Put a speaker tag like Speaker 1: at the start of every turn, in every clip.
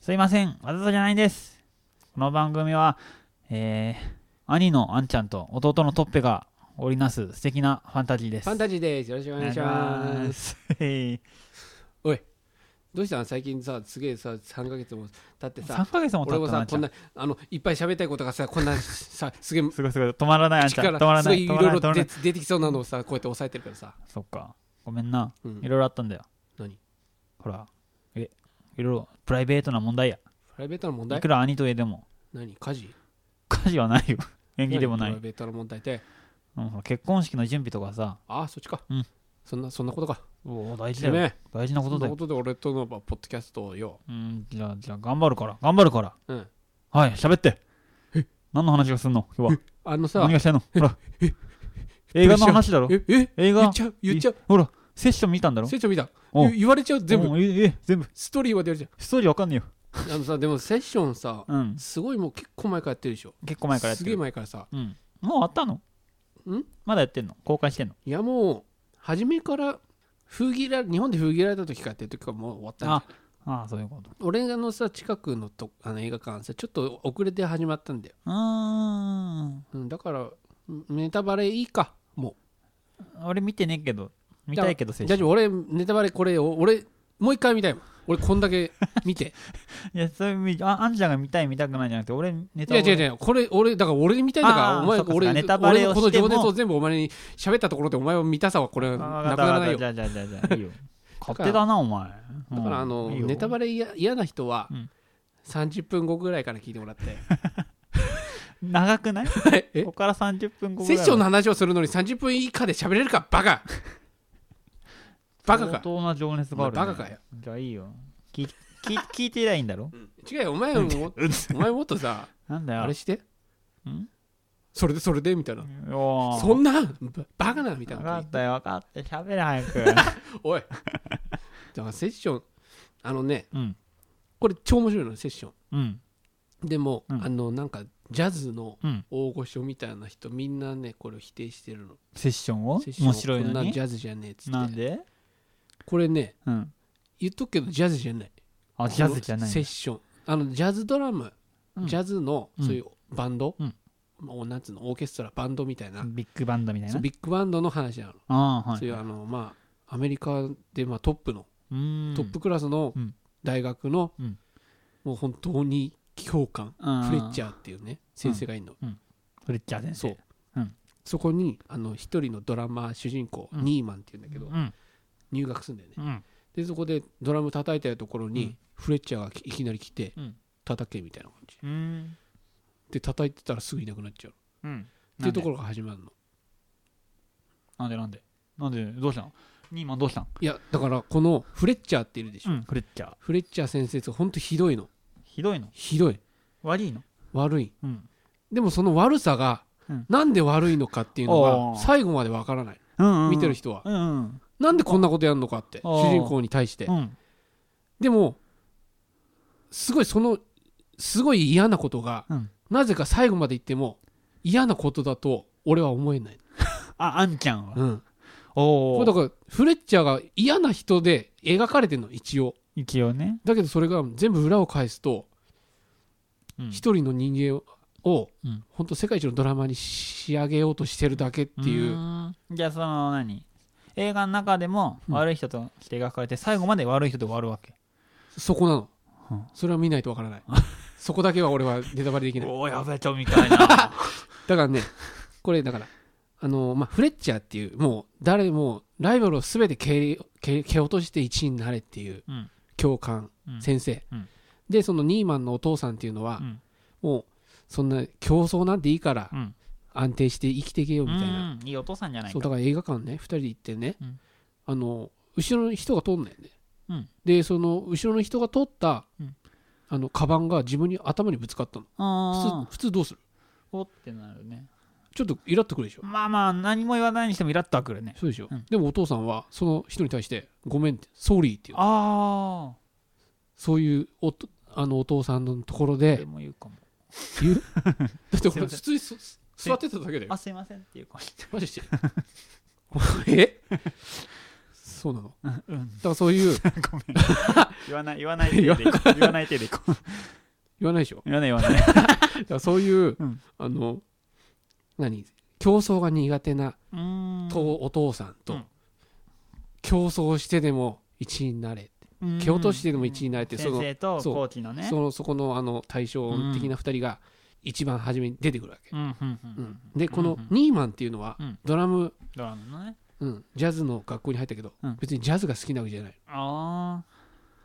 Speaker 1: すいません、わざとじゃないんです。この番組は、えー、兄のあんちゃんと弟のトッペが織りなす素敵なファンタジーです。
Speaker 2: ファンタジーです。よろしくお願いし
Speaker 1: お願い
Speaker 2: ま。
Speaker 1: しますす。 へい
Speaker 2: どうしたの最近さ、すげえさ、3ヶ月も経って
Speaker 1: 3
Speaker 2: さ、
Speaker 1: ヶ月も
Speaker 2: 俺
Speaker 1: 経っ
Speaker 2: も
Speaker 1: たなあ
Speaker 2: さ、
Speaker 1: んち
Speaker 2: こ
Speaker 1: ゃ
Speaker 2: ん
Speaker 1: ん。
Speaker 2: な、あの、いっぱい喋りたいことがさ、こん な、さ、すげえ、
Speaker 1: すごいすごい、止まらないあんちゃん。
Speaker 2: 力、
Speaker 1: 止まら
Speaker 2: す
Speaker 1: な
Speaker 2: ご
Speaker 1: い、
Speaker 2: いい
Speaker 1: 止
Speaker 2: ろ
Speaker 1: まら
Speaker 2: い
Speaker 1: ない、
Speaker 2: ろ
Speaker 1: 止まら
Speaker 2: 出
Speaker 1: ない。
Speaker 2: て出てきそうなのをさ、こうやって抑えてるからさ。
Speaker 1: そっか、ごめんな。
Speaker 2: うん
Speaker 1: いろいろあったんだよ。
Speaker 2: 何
Speaker 1: ほら、え、いろいろプライベートな問題や。
Speaker 2: プライベートの問
Speaker 1: い
Speaker 2: 題
Speaker 1: くら兄と家でも、
Speaker 2: 何家事
Speaker 1: 家事はないよ。演技でもな
Speaker 2: 何
Speaker 1: い
Speaker 2: プライ。ベートの問題って。
Speaker 1: うんほら結婚式の準備とかさ、
Speaker 2: ああ、そっちか。
Speaker 1: うん
Speaker 2: そんな、そんなことか。
Speaker 1: おー大事
Speaker 2: て
Speaker 1: だよ。
Speaker 2: めえ
Speaker 1: 大事なこ
Speaker 2: そ
Speaker 1: と
Speaker 2: ん
Speaker 1: だ
Speaker 2: な
Speaker 1: よ
Speaker 2: こ。とで俺とのまあポッドキャストをよ。
Speaker 1: うん、じゃあ、じゃあ、頑張るから、頑張るから。
Speaker 2: うん
Speaker 1: はい、喋って。何の話がすんの今日は。
Speaker 2: あのさ
Speaker 1: 何、がしたいのほら。映画の話だろ
Speaker 2: え、え
Speaker 1: 映
Speaker 2: 言
Speaker 1: 画
Speaker 2: っ、ちゃう言っちゃう
Speaker 1: ほら、セッション見たんだろ
Speaker 2: セッション見た
Speaker 1: おう
Speaker 2: 言言われちゃう全部。
Speaker 1: うんえ、え、全部。
Speaker 2: ストーリーは出るじ
Speaker 1: ストーリーわかんねえよ。
Speaker 2: ゃん。あのさ、でもセッションさ、
Speaker 1: うん。
Speaker 2: すごいもう結構前からやってるでしょ。
Speaker 1: 結構前からやって
Speaker 2: すげえ
Speaker 1: る。
Speaker 2: 前からさ。
Speaker 1: うん。もう終わったの
Speaker 2: ん
Speaker 1: まだやってんの公開してんの
Speaker 2: いやもう、初めから封切ら、日本で封切られた時からやってる時からもう終わったんじゃない
Speaker 1: ああ、そういうこと。
Speaker 2: 俺のさ、近くのとあの映画館さ、ちょっと遅れて始まったんだよ。
Speaker 1: うーん。
Speaker 2: うん、だから、んネタバレいいか、もう。
Speaker 1: 俺見てねえけど、見たいけど、セッ
Speaker 2: じ
Speaker 1: シ
Speaker 2: ゃ
Speaker 1: ョン
Speaker 2: あ俺ネタバレこれを俺もう一回見たいもん俺こんだけ見 て
Speaker 1: いや、そういう意味あ、あんちゃんが見たい見たくないじゃなくて、俺、ネ
Speaker 2: い
Speaker 1: タ
Speaker 2: や
Speaker 1: バ
Speaker 2: 違う
Speaker 1: レ
Speaker 2: 違うこれ俺だから俺に見たいんだから
Speaker 1: あー
Speaker 2: お前
Speaker 1: そっかそっか
Speaker 2: 俺
Speaker 1: ネタバレを
Speaker 2: 俺のこの
Speaker 1: しても
Speaker 2: 情熱を全部お前に喋ったところでお前は見たさはこれ
Speaker 1: あ
Speaker 2: なく
Speaker 1: わか
Speaker 2: な
Speaker 1: った
Speaker 2: ら
Speaker 1: わか
Speaker 2: ない
Speaker 1: っ
Speaker 2: よ
Speaker 1: たじ
Speaker 2: だ
Speaker 1: ゃあじゃあじゃあじゃあ、いいよ。
Speaker 2: から
Speaker 1: 勝手だな、お前。うん
Speaker 2: からあの
Speaker 1: いいよ
Speaker 2: ネタバレ嫌嫌な人は30分後ぐらいから聞いてもらって
Speaker 1: 長くない
Speaker 2: え
Speaker 1: ここから30分後ぐ
Speaker 2: セ
Speaker 1: ら
Speaker 2: ッ
Speaker 1: いは
Speaker 2: ションの話をするのに30分以下で喋れるか バカバカ
Speaker 1: 相
Speaker 2: か
Speaker 1: 当な情熱
Speaker 2: お
Speaker 1: があ
Speaker 2: 前
Speaker 1: るね、
Speaker 2: バカかよ
Speaker 1: じゃあいい よ聞聞聞いてりゃいいんだろ
Speaker 2: 違うよお前もお前もっとさ
Speaker 1: なんだよ
Speaker 2: あれして
Speaker 1: ん
Speaker 2: それでそれでみたいな
Speaker 1: おー
Speaker 2: そんなババカなみたい
Speaker 1: 分
Speaker 2: な
Speaker 1: か
Speaker 2: こと
Speaker 1: ったよ分かった喋れ早 く
Speaker 2: おいだからセッションあのね
Speaker 1: うん
Speaker 2: これ超面白いのセッショ
Speaker 1: うん
Speaker 2: ンでも、
Speaker 1: うん
Speaker 2: あのなんかジャズの
Speaker 1: うん
Speaker 2: 大御所みたいな人みんなねこれを否定してるの
Speaker 1: セッションを
Speaker 2: セッション
Speaker 1: 面白い
Speaker 2: こ
Speaker 1: の
Speaker 2: んな
Speaker 1: に
Speaker 2: ジャズじゃねえっつって
Speaker 1: なんで
Speaker 2: これね
Speaker 1: うん
Speaker 2: 言っとくけどジャズじゃない
Speaker 1: あジャズじゃな
Speaker 2: この
Speaker 1: い
Speaker 2: セッションあのジャズドラム、
Speaker 1: うん
Speaker 2: ジャズのそういうバンド、
Speaker 1: うん
Speaker 2: まあなんつうのオーケストラバンドみたいな、
Speaker 1: ビッグバンドみたい
Speaker 2: そう
Speaker 1: な
Speaker 2: ビッグバンドの話なの、
Speaker 1: ああはい
Speaker 2: そういうあのまあアメリカでまあトップの
Speaker 1: うーん
Speaker 2: トップクラスの
Speaker 1: うん
Speaker 2: 大学の、
Speaker 1: うん
Speaker 2: もう本当に教官、フレッチ
Speaker 1: ャー
Speaker 2: ャーっていうね先生がいるの、
Speaker 1: フレッチャー先生
Speaker 2: そう、
Speaker 1: うん
Speaker 2: そこにあの一人のドラマー主人公、
Speaker 1: うん
Speaker 2: ニーマンっていうんだけど、
Speaker 1: うん
Speaker 2: 入学するんだよね
Speaker 1: うん
Speaker 2: でそこでドラム叩いてるところに、
Speaker 1: うん
Speaker 2: フレッチャーがきいきなり来て、
Speaker 1: うん
Speaker 2: 叩けみたいな感じ
Speaker 1: うん
Speaker 2: で叩いてたらすぐいなくなっちゃう
Speaker 1: うん
Speaker 2: っていうとこ
Speaker 1: ろ
Speaker 2: ろが始まるの
Speaker 1: なんでなんでなんでどうしたのニーマンどうしたの
Speaker 2: いやだからこのフレッチャーっているでしょ、
Speaker 1: うんフレッチャー
Speaker 2: フレッチャー先生って本当ひどいの
Speaker 1: ひどいの
Speaker 2: ひどい
Speaker 1: 悪いの
Speaker 2: 悪い
Speaker 1: うん
Speaker 2: でもその悪さが、
Speaker 1: うん
Speaker 2: なんで悪いのかっていうの
Speaker 1: おー
Speaker 2: が最後までわからない
Speaker 1: うんうん
Speaker 2: 見てる人は、
Speaker 1: うんうん
Speaker 2: なんでこんなことやるのかって
Speaker 1: あー
Speaker 2: 主人公に対して
Speaker 1: うん
Speaker 2: でもすごいそのすごい嫌なことが、
Speaker 1: うん
Speaker 2: なぜか最後まで言っても嫌なことだと俺は思えない、
Speaker 1: ああんちゃんは
Speaker 2: うん、
Speaker 1: お
Speaker 2: これだ
Speaker 1: お
Speaker 2: からフレッチャーが嫌な人で描かれてるの一応
Speaker 1: 一応ね
Speaker 2: だけどそれが全部裏を返すと
Speaker 1: うん
Speaker 2: 一、人の人間を、
Speaker 1: うん
Speaker 2: 本当世界一のドラマに仕上げようとしてるだけっていう、
Speaker 1: ーんじゃあその何映画の中でも
Speaker 2: うん
Speaker 1: 悪い人として描かれて最後まで悪い人で終わるわけ
Speaker 2: そこなの、
Speaker 1: うん
Speaker 2: それは見ないとわか らないそこだけは俺はネタバレできない
Speaker 1: おおやべちょみたいな
Speaker 2: だからね、これだから、あのまあ、フレッチャーっていう、もう誰もライバルをすべて蹴り蹴蹴落として1位になれっていう
Speaker 1: うん
Speaker 2: 教官、
Speaker 1: うん
Speaker 2: 先生、
Speaker 1: うん
Speaker 2: で、そのニーマンのお父さんっていうのは、
Speaker 1: うん
Speaker 2: もうそんな競争なんていいから、
Speaker 1: うん
Speaker 2: 安定して生きていけよみたいな、
Speaker 1: うんいいお父さんじゃない
Speaker 2: そう
Speaker 1: か
Speaker 2: だから映画館ね、2人で行ってね、
Speaker 1: うん
Speaker 2: あの後ろの人が通んないよね。
Speaker 1: うん
Speaker 2: で、その後ろの人が通った、
Speaker 1: うん
Speaker 2: あのカバンが自分に頭にぶつかったの。
Speaker 1: あ
Speaker 2: 普通普通どうする
Speaker 1: おってなるね
Speaker 2: ちょっとイラっとくるでしょ
Speaker 1: まあまあ何も言わないにしてもイラッとはくるね
Speaker 2: そうでしょ、
Speaker 1: うん
Speaker 2: でもお父さんはその人に対して「ごめん」って「ソーリー」っていう
Speaker 1: あ
Speaker 2: そういうおとあのお父さんのところ
Speaker 1: あで
Speaker 2: で
Speaker 1: も言うかも
Speaker 2: 言 うだって
Speaker 1: すい
Speaker 2: 俺
Speaker 1: ません
Speaker 2: 普通にそ座ってただけだよ
Speaker 1: あすいませんっていうか
Speaker 2: マジでえそうなのだ
Speaker 1: うんうん
Speaker 2: からそういう
Speaker 1: ごめん。言わない、言わ ない手でいこう。言わない手でいこう。
Speaker 2: 言わないでしょ
Speaker 1: 言わない、言わない。
Speaker 2: だからそういう、
Speaker 1: うん
Speaker 2: あの何競争が苦手な
Speaker 1: うーん
Speaker 2: とお父さんと、
Speaker 1: うん
Speaker 2: 競争してでも1位になれ、蹴落としてでも一位になれて
Speaker 1: そ
Speaker 2: そ
Speaker 1: の
Speaker 2: の
Speaker 1: 先生と
Speaker 2: そう
Speaker 1: コーチのね
Speaker 2: そのそこのあの対照的な2人が一番初めに出てくるわけ、
Speaker 1: うんうんう
Speaker 2: うんんでこの
Speaker 1: うんうん
Speaker 2: ニーマンっていうのは
Speaker 1: うん
Speaker 2: ドラム、
Speaker 1: ドラムのね
Speaker 2: うん、ジャズの学校に入ったけど、
Speaker 1: うん
Speaker 2: 別にジャズが好きなわけじゃない
Speaker 1: あ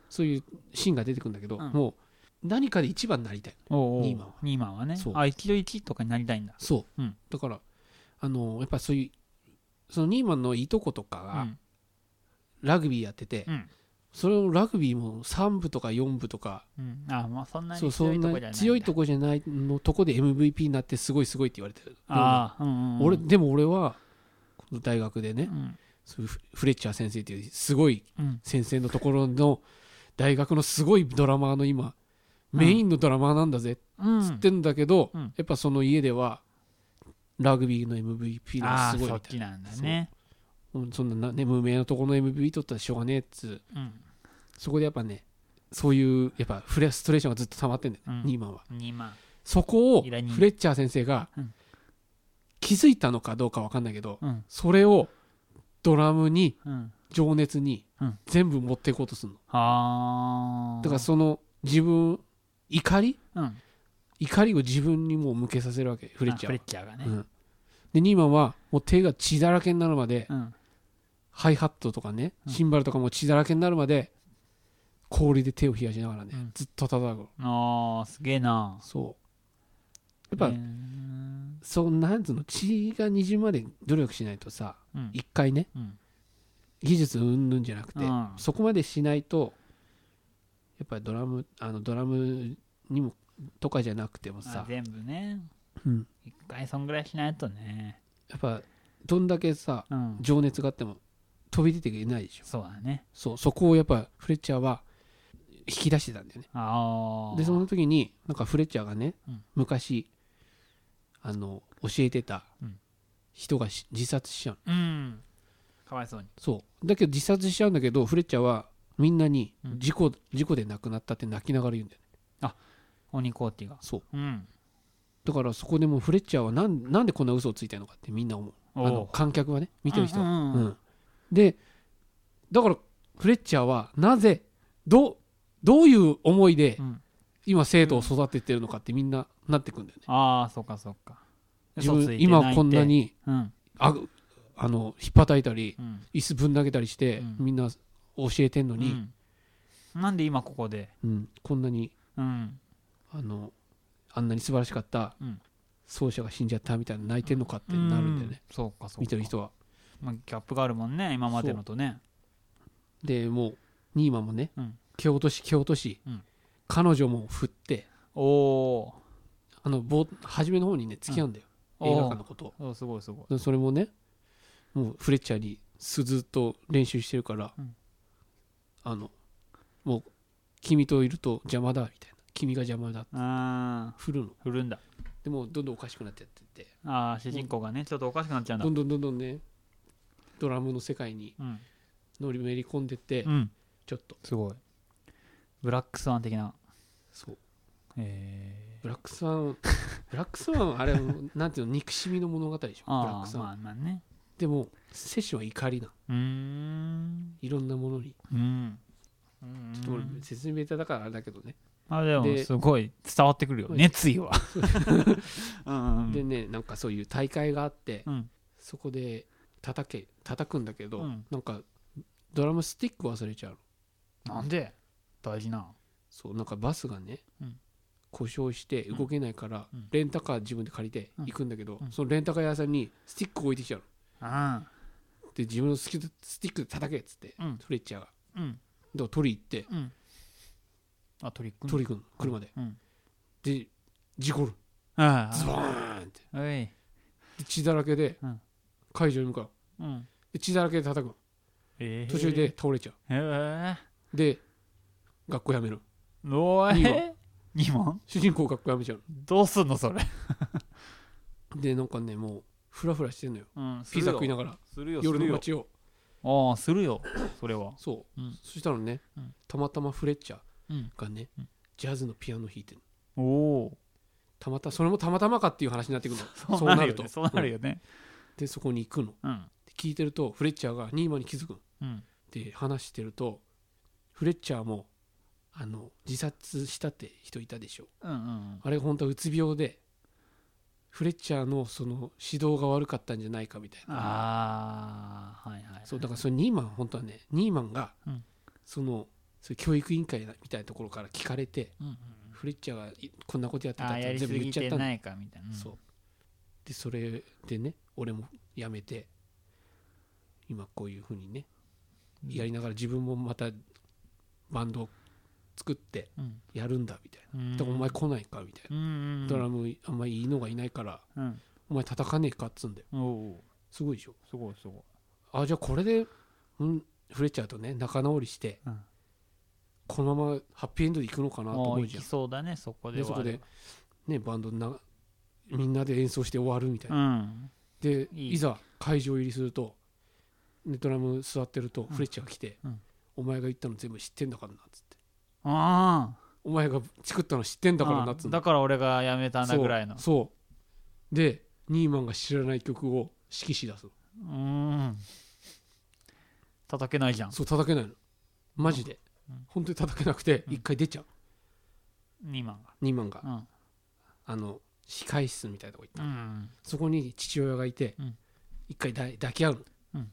Speaker 2: そういうシーンが出てくるんだけど、
Speaker 1: うん
Speaker 2: もう何かで一番になりたい
Speaker 1: あおうおう
Speaker 2: ニーマンは
Speaker 1: ニーマンはね
Speaker 2: そう
Speaker 1: あ一度一とかになりたいんだ
Speaker 2: そう、
Speaker 1: うん
Speaker 2: だからあのやっぱそういうそのニーマンのいとことか
Speaker 1: う
Speaker 2: が
Speaker 1: ん
Speaker 2: ラグビーやってて、
Speaker 1: うん
Speaker 2: それをラグビーも3部とか4部とか
Speaker 1: うんあまあそんな
Speaker 2: そ
Speaker 1: に
Speaker 2: うそ
Speaker 1: 強い
Speaker 2: ん
Speaker 1: とこじゃ
Speaker 2: な
Speaker 1: ない
Speaker 2: 強いとこじゃないのとこで MVP になってすごいすごいって言われてる
Speaker 1: ああうんうん
Speaker 2: 俺でも俺はこの大学で
Speaker 1: う
Speaker 2: ね、
Speaker 1: ん
Speaker 2: そういうフフレッチャー先生っていうすごい
Speaker 1: うん
Speaker 2: 先生のところの大学のすごいドラマーの今メインのドラマーなんだぜ
Speaker 1: うん
Speaker 2: っつってんだけど、
Speaker 1: うん
Speaker 2: やっぱその家ではラグビーの MVP
Speaker 1: あ
Speaker 2: がす
Speaker 1: あ
Speaker 2: ごい
Speaker 1: そ
Speaker 2: み
Speaker 1: った
Speaker 2: い
Speaker 1: ちなんだね
Speaker 2: なうんそんななね無名のところの MVP 取ったらしょうがねえっつ
Speaker 1: うん
Speaker 2: そこでやっぱねそういうやっぱフレストレーションがずっと溜まってんだよ、
Speaker 1: うん
Speaker 2: ニーマンは。
Speaker 1: ニーマン
Speaker 2: そこを
Speaker 1: 依
Speaker 2: フ
Speaker 1: 頼人
Speaker 2: レッチャー先生が
Speaker 1: うん
Speaker 2: 気づいたのかどうか分かんないけど、
Speaker 1: うん
Speaker 2: それをドラムに
Speaker 1: うん
Speaker 2: 情熱に
Speaker 1: うん
Speaker 2: 全部持っていこうとするの、
Speaker 1: ああ
Speaker 2: だからその自分怒り
Speaker 1: うん
Speaker 2: 怒りを自分にもう向けさせるわけフレッチ
Speaker 1: あ
Speaker 2: ャーは
Speaker 1: が
Speaker 2: う
Speaker 1: ね
Speaker 2: ん、でニーマンはもう手が血だらけになるまで、
Speaker 1: うん
Speaker 2: ハイハットとかね
Speaker 1: うん
Speaker 2: シンバルとかも血だらけになるまで氷で手を冷やしながらね、
Speaker 1: うん
Speaker 2: ずっと叩く
Speaker 1: ああすげえな
Speaker 2: そうやっぱ、
Speaker 1: うーん
Speaker 2: そうなんつうの血が滲むまで努力しないとさ
Speaker 1: うん
Speaker 2: 一回ね
Speaker 1: うん
Speaker 2: 技術うんぬんじゃなくて、
Speaker 1: うん
Speaker 2: そこまでしないとやっぱりドラムあのドラムにもとかじゃなくても
Speaker 1: あ
Speaker 2: さ、
Speaker 1: 全部ね
Speaker 2: うん
Speaker 1: 一回そんぐらいしないとね
Speaker 2: やっぱどんだけさ
Speaker 1: うん
Speaker 2: 情熱があっても飛び出ていけないでしょ
Speaker 1: そうだね
Speaker 2: そうそこをやっぱフレッチャーは引き出してたんだよね
Speaker 1: ああ
Speaker 2: でその時になんかフレッチャーがね、
Speaker 1: うん
Speaker 2: 昔あの教えてた
Speaker 1: うん
Speaker 2: 人がし自殺しちゃうの
Speaker 1: うんかわいそうに
Speaker 2: そうだけど自殺しちゃうんだけどフレッチャーはみんなに
Speaker 1: うん
Speaker 2: 事故,、事故で亡くなったって泣きながら言うんだよね
Speaker 1: 鬼コーティが
Speaker 2: そう
Speaker 1: うん
Speaker 2: だからそこでもうフレッチャーはなんなんでこんな嘘をついたのかってみんな思う
Speaker 1: おう
Speaker 2: あの観客はね見てる人
Speaker 1: う
Speaker 2: は、
Speaker 1: ん
Speaker 2: うん
Speaker 1: うんうん
Speaker 2: でだからフレッチャーはなぜどうどういう思いで
Speaker 1: うん
Speaker 2: 今生徒を育ててるのかってみんななってくんだよね、
Speaker 1: ああそっかそっか
Speaker 2: 自
Speaker 1: 嘘つ
Speaker 2: 分
Speaker 1: いて
Speaker 2: 今
Speaker 1: 泣いて
Speaker 2: こんなに
Speaker 1: うん
Speaker 2: ああのひっぱたいたり
Speaker 1: うん
Speaker 2: 椅子ぶん投げたりして、
Speaker 1: うん
Speaker 2: みんな教えてんのに、
Speaker 1: うんなんで今ここで
Speaker 2: うんこんなに
Speaker 1: うん
Speaker 2: あのあんなに素晴らしかった
Speaker 1: うん
Speaker 2: 奏者が死んじゃったみたいな泣いてんのかってなるんだよね、
Speaker 1: うそうかそうか
Speaker 2: 見てる人は
Speaker 1: まあギャップがあるもんね今までのとね
Speaker 2: でもうニーマンもね、
Speaker 1: うん
Speaker 2: 蹴落とし蹴落とし、
Speaker 1: うん
Speaker 2: 彼女も振って
Speaker 1: おお
Speaker 2: あのぼ初めの方にね付き合うんだよ、
Speaker 1: うん
Speaker 2: 映画
Speaker 1: おう
Speaker 2: 館のこと
Speaker 1: ーおすごいすごい
Speaker 2: でそれもねもうフレッチャーにすずっと練習してるから、
Speaker 1: うん
Speaker 2: あのもう君といると邪魔だみたいな君が邪魔だ
Speaker 1: ああ
Speaker 2: 振るの
Speaker 1: 振るんだ
Speaker 2: でもうどんどんおかしくなってやってって
Speaker 1: ああ主人公がねちょっとおかしくなっちゃうんだ
Speaker 2: どんどんどんどんねドラムの世界に
Speaker 1: うん
Speaker 2: 乗りめり込んでって、
Speaker 1: うん
Speaker 2: ちょっと
Speaker 1: すごいブラックスワン的な
Speaker 2: そう
Speaker 1: え
Speaker 2: ブラックスワ ンブラックスワンはあれなんていうの憎しみの物語でしょ
Speaker 1: ー、
Speaker 2: ブラッ
Speaker 1: あ
Speaker 2: クス
Speaker 1: あ
Speaker 2: ワン、
Speaker 1: まあまあね
Speaker 2: でもセッションは怒りなの
Speaker 1: うーん
Speaker 2: いろんなものに
Speaker 1: うん
Speaker 2: ちょっと俺説明下手だからあれだけどね、
Speaker 1: まあでも
Speaker 2: です
Speaker 1: ごい伝わってくるよ
Speaker 2: そう
Speaker 1: 熱意はうんうん
Speaker 2: でねなんかそういう大会があって、
Speaker 1: うん
Speaker 2: そこで叩け叩くんだけど、
Speaker 1: うん
Speaker 2: なんかドラムスティック忘れちゃうの
Speaker 1: なんで大事な
Speaker 2: そうなんかバスがね、
Speaker 1: うん
Speaker 2: 故障して動けないから、
Speaker 1: うん
Speaker 2: レンタカー自分で借りて行くんだけど、
Speaker 1: うんうん
Speaker 2: そのレンタカー屋さんにスティック置いてきちゃうの
Speaker 1: うん
Speaker 2: で自分のスキスティックで叩けっつって、
Speaker 1: うん
Speaker 2: フレッチャーが
Speaker 1: うん
Speaker 2: だから取り行って
Speaker 1: うんあトリック
Speaker 2: 取り行くの車で、
Speaker 1: うん
Speaker 2: で事故る
Speaker 1: あ
Speaker 2: ズボーンって
Speaker 1: あおい
Speaker 2: で血だらけで
Speaker 1: うん
Speaker 2: 会場に向かう
Speaker 1: うん
Speaker 2: で血だらけで叩くの
Speaker 1: えー
Speaker 2: 途中で倒れちゃ
Speaker 1: ええ
Speaker 2: うで学校辞める
Speaker 1: ーおい
Speaker 2: 二問
Speaker 1: 2問
Speaker 2: 主人公学校辞めちゃう
Speaker 1: どうすんのそれ
Speaker 2: でなんかねもうフラフラしてんのよ
Speaker 1: うん
Speaker 2: ピザ食いな
Speaker 1: が
Speaker 2: がら
Speaker 1: らするよ
Speaker 2: 夜の
Speaker 1: するよ
Speaker 2: 街を
Speaker 1: ああする よそれは
Speaker 2: そう、
Speaker 1: うん
Speaker 2: そしたらね、
Speaker 1: うん
Speaker 2: たまたまフレッチャ
Speaker 1: うん
Speaker 2: ーがね、
Speaker 1: うん
Speaker 2: ジャズのピアノ弾いてる
Speaker 1: おお
Speaker 2: たまたそれもたまたまかっていう話になってくるの
Speaker 1: そうなるよね
Speaker 2: と
Speaker 1: そうなるよね
Speaker 2: うんでそこに行くの
Speaker 1: うん
Speaker 2: で聞いてるとフレッチャーがニーマに気づくの
Speaker 1: うん
Speaker 2: で話してるとフレッチャーもあの自殺したって人いたでしょ
Speaker 1: うんうん
Speaker 2: あれ本当はうつ病でフレッチャーのその指導が悪かったんじゃないかみたいな
Speaker 1: ああはいはい
Speaker 2: そうだからそれニーマン本当はねニーマンが
Speaker 1: うん
Speaker 2: そのそういう教育委員会みたいなところから聞かれて
Speaker 1: うんうん
Speaker 2: フレッチャーがいこんなことやってた
Speaker 1: あ
Speaker 2: っ
Speaker 1: あ
Speaker 2: て
Speaker 1: やり
Speaker 2: 全
Speaker 1: す
Speaker 2: 部言
Speaker 1: ぎ
Speaker 2: っちゃ
Speaker 1: て
Speaker 2: ったの
Speaker 1: ないかみたいな
Speaker 2: そうでそれでね俺もやめて今こういうふうにね
Speaker 1: うん
Speaker 2: やりながら自分もまたバンドを作って
Speaker 1: うん
Speaker 2: やるんだみたいな
Speaker 1: うん
Speaker 2: でお前来ないかみたい
Speaker 1: うんうんう
Speaker 2: なんドラムあんまいいのがいないから
Speaker 1: うん
Speaker 2: お前叩かねえかっつうんだよ
Speaker 1: おお
Speaker 2: すごいでしょ
Speaker 1: すごいすごい
Speaker 2: あじゃあこれで、うん、フレッチャーとね仲直りして、
Speaker 1: うん
Speaker 2: このままハッピーエンドで行くのかなと
Speaker 1: も
Speaker 2: 思
Speaker 1: う
Speaker 2: う
Speaker 1: い
Speaker 2: じゃ
Speaker 1: き
Speaker 2: ん
Speaker 1: そうだねそこで
Speaker 2: で
Speaker 1: は
Speaker 2: そこで、ね、バンドなみんなで演奏して終わるみたいな、
Speaker 1: うん
Speaker 2: で
Speaker 1: いい
Speaker 2: いざ会場入りするとでドラム座ってるとフレッチャーが来て、
Speaker 1: うん
Speaker 2: お前が言ったの全部知ってんだからなっつって
Speaker 1: ああ
Speaker 2: お前が作ったの知ってんだからなっつう
Speaker 1: うん
Speaker 2: の
Speaker 1: だから俺がやめたんだぐらいの
Speaker 2: そうそうでニーマンが知らない曲を指揮し出すの
Speaker 1: うーん叩けないじゃん
Speaker 2: そう叩けないのマジで、
Speaker 1: うん
Speaker 2: 本当に叩けなくて
Speaker 1: うん
Speaker 2: 一回出ちゃう、
Speaker 1: 2万が
Speaker 2: ニーマンが
Speaker 1: うん
Speaker 2: あの控室みたいなとこ行った、
Speaker 1: うん
Speaker 2: そこに父親がいて
Speaker 1: うん
Speaker 2: 一回だ抱き合うの、
Speaker 1: うん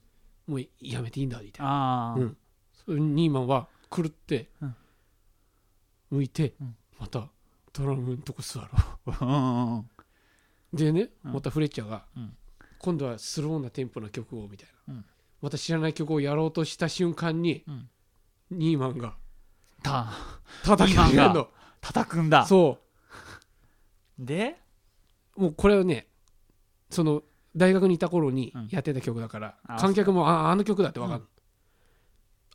Speaker 2: もうやめていいんだみたいな
Speaker 1: ああ
Speaker 2: うんそれにニーマンは狂って
Speaker 1: うん
Speaker 2: 向いて
Speaker 1: うん
Speaker 2: またドラムのとこ座ろ
Speaker 1: うんうん
Speaker 2: うでね
Speaker 1: うん
Speaker 2: またフレッチャーが
Speaker 1: うん
Speaker 2: 今度はスローなテンポな曲をみたいな、
Speaker 1: うん
Speaker 2: また知らない曲をやろうとした瞬間に、
Speaker 1: うん
Speaker 2: ニーマンが
Speaker 1: た
Speaker 2: 叩き始める
Speaker 1: ニーマン
Speaker 2: の
Speaker 1: 叩くんだ
Speaker 2: そ
Speaker 1: で
Speaker 2: うもうこれはねその大学にいた頃に
Speaker 1: うん
Speaker 2: やってた曲だから、
Speaker 1: あ
Speaker 2: 観客もああの曲だって分かる、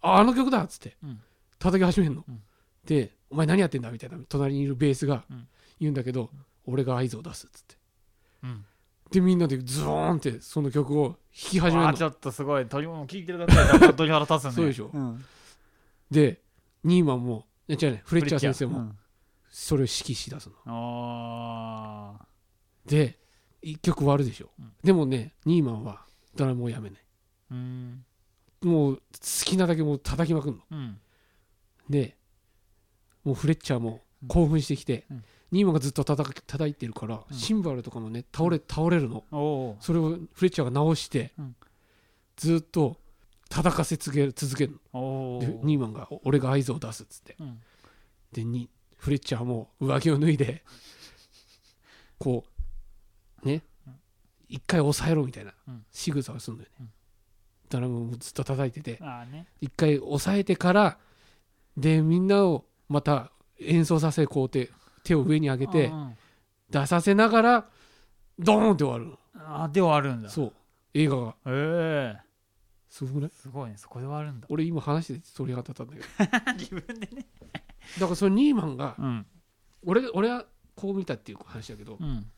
Speaker 2: ああの曲だっつって、
Speaker 1: うん
Speaker 2: 叩き始めるの、
Speaker 1: うん
Speaker 2: でお前何やってんだみたいな隣にいるベースが
Speaker 1: うん
Speaker 2: 言うんだけど、俺が合図を出すっつって
Speaker 1: うん
Speaker 2: でみんなでズーンってその曲を弾き始め
Speaker 1: あ
Speaker 2: る
Speaker 1: あ
Speaker 2: の
Speaker 1: ちょっとすごい鳥も聞いてるだけでちょっと鳥肌立つね
Speaker 2: そうでしょ
Speaker 1: ん
Speaker 2: でニーマンもいや違うねフレッチャー先生
Speaker 1: う
Speaker 2: も
Speaker 1: ん
Speaker 2: それを指揮しだすの
Speaker 1: ああ
Speaker 2: で一曲終わるでしょ、
Speaker 1: うん
Speaker 2: でもねニーマンはドラムをやめない
Speaker 1: うん
Speaker 2: もう好きなだけもう叩きまくんの
Speaker 1: うん
Speaker 2: でもうフレッチャーも興奮してきて、
Speaker 1: うん
Speaker 2: ニーマンがずっと叩く叩いてるから、
Speaker 1: うん
Speaker 2: シンバルとかもね倒れ倒れるの
Speaker 1: おお
Speaker 2: それをフレッチャーが直して、
Speaker 1: うん
Speaker 2: ずっと叩かせ続ける続ける
Speaker 1: お
Speaker 2: の
Speaker 1: お
Speaker 2: でニーマンがお「俺が合図を出す」っつって
Speaker 1: うん
Speaker 2: でにフレッチャーも上着を脱いでこうね
Speaker 1: うん
Speaker 2: 一回抑えろみたいな
Speaker 1: うん
Speaker 2: 仕草をするんだよね、
Speaker 1: うん
Speaker 2: ドラムもずっと叩いてて
Speaker 1: ああね
Speaker 2: 一回押さえてからでみんなをまた演奏させこうて手を上に上げて
Speaker 1: うんうん
Speaker 2: 出させながらドーンって終わる
Speaker 1: ああではあるん
Speaker 2: の
Speaker 1: だ
Speaker 2: そう映画が
Speaker 1: ええ
Speaker 2: すごくない
Speaker 1: すごいねそこではあるんだ
Speaker 2: 俺今話しててそれが立ったんだけど
Speaker 1: 自分でね
Speaker 2: だからそのニーマンが
Speaker 1: うん
Speaker 2: 俺俺はこう見たっていう話だけど
Speaker 1: うん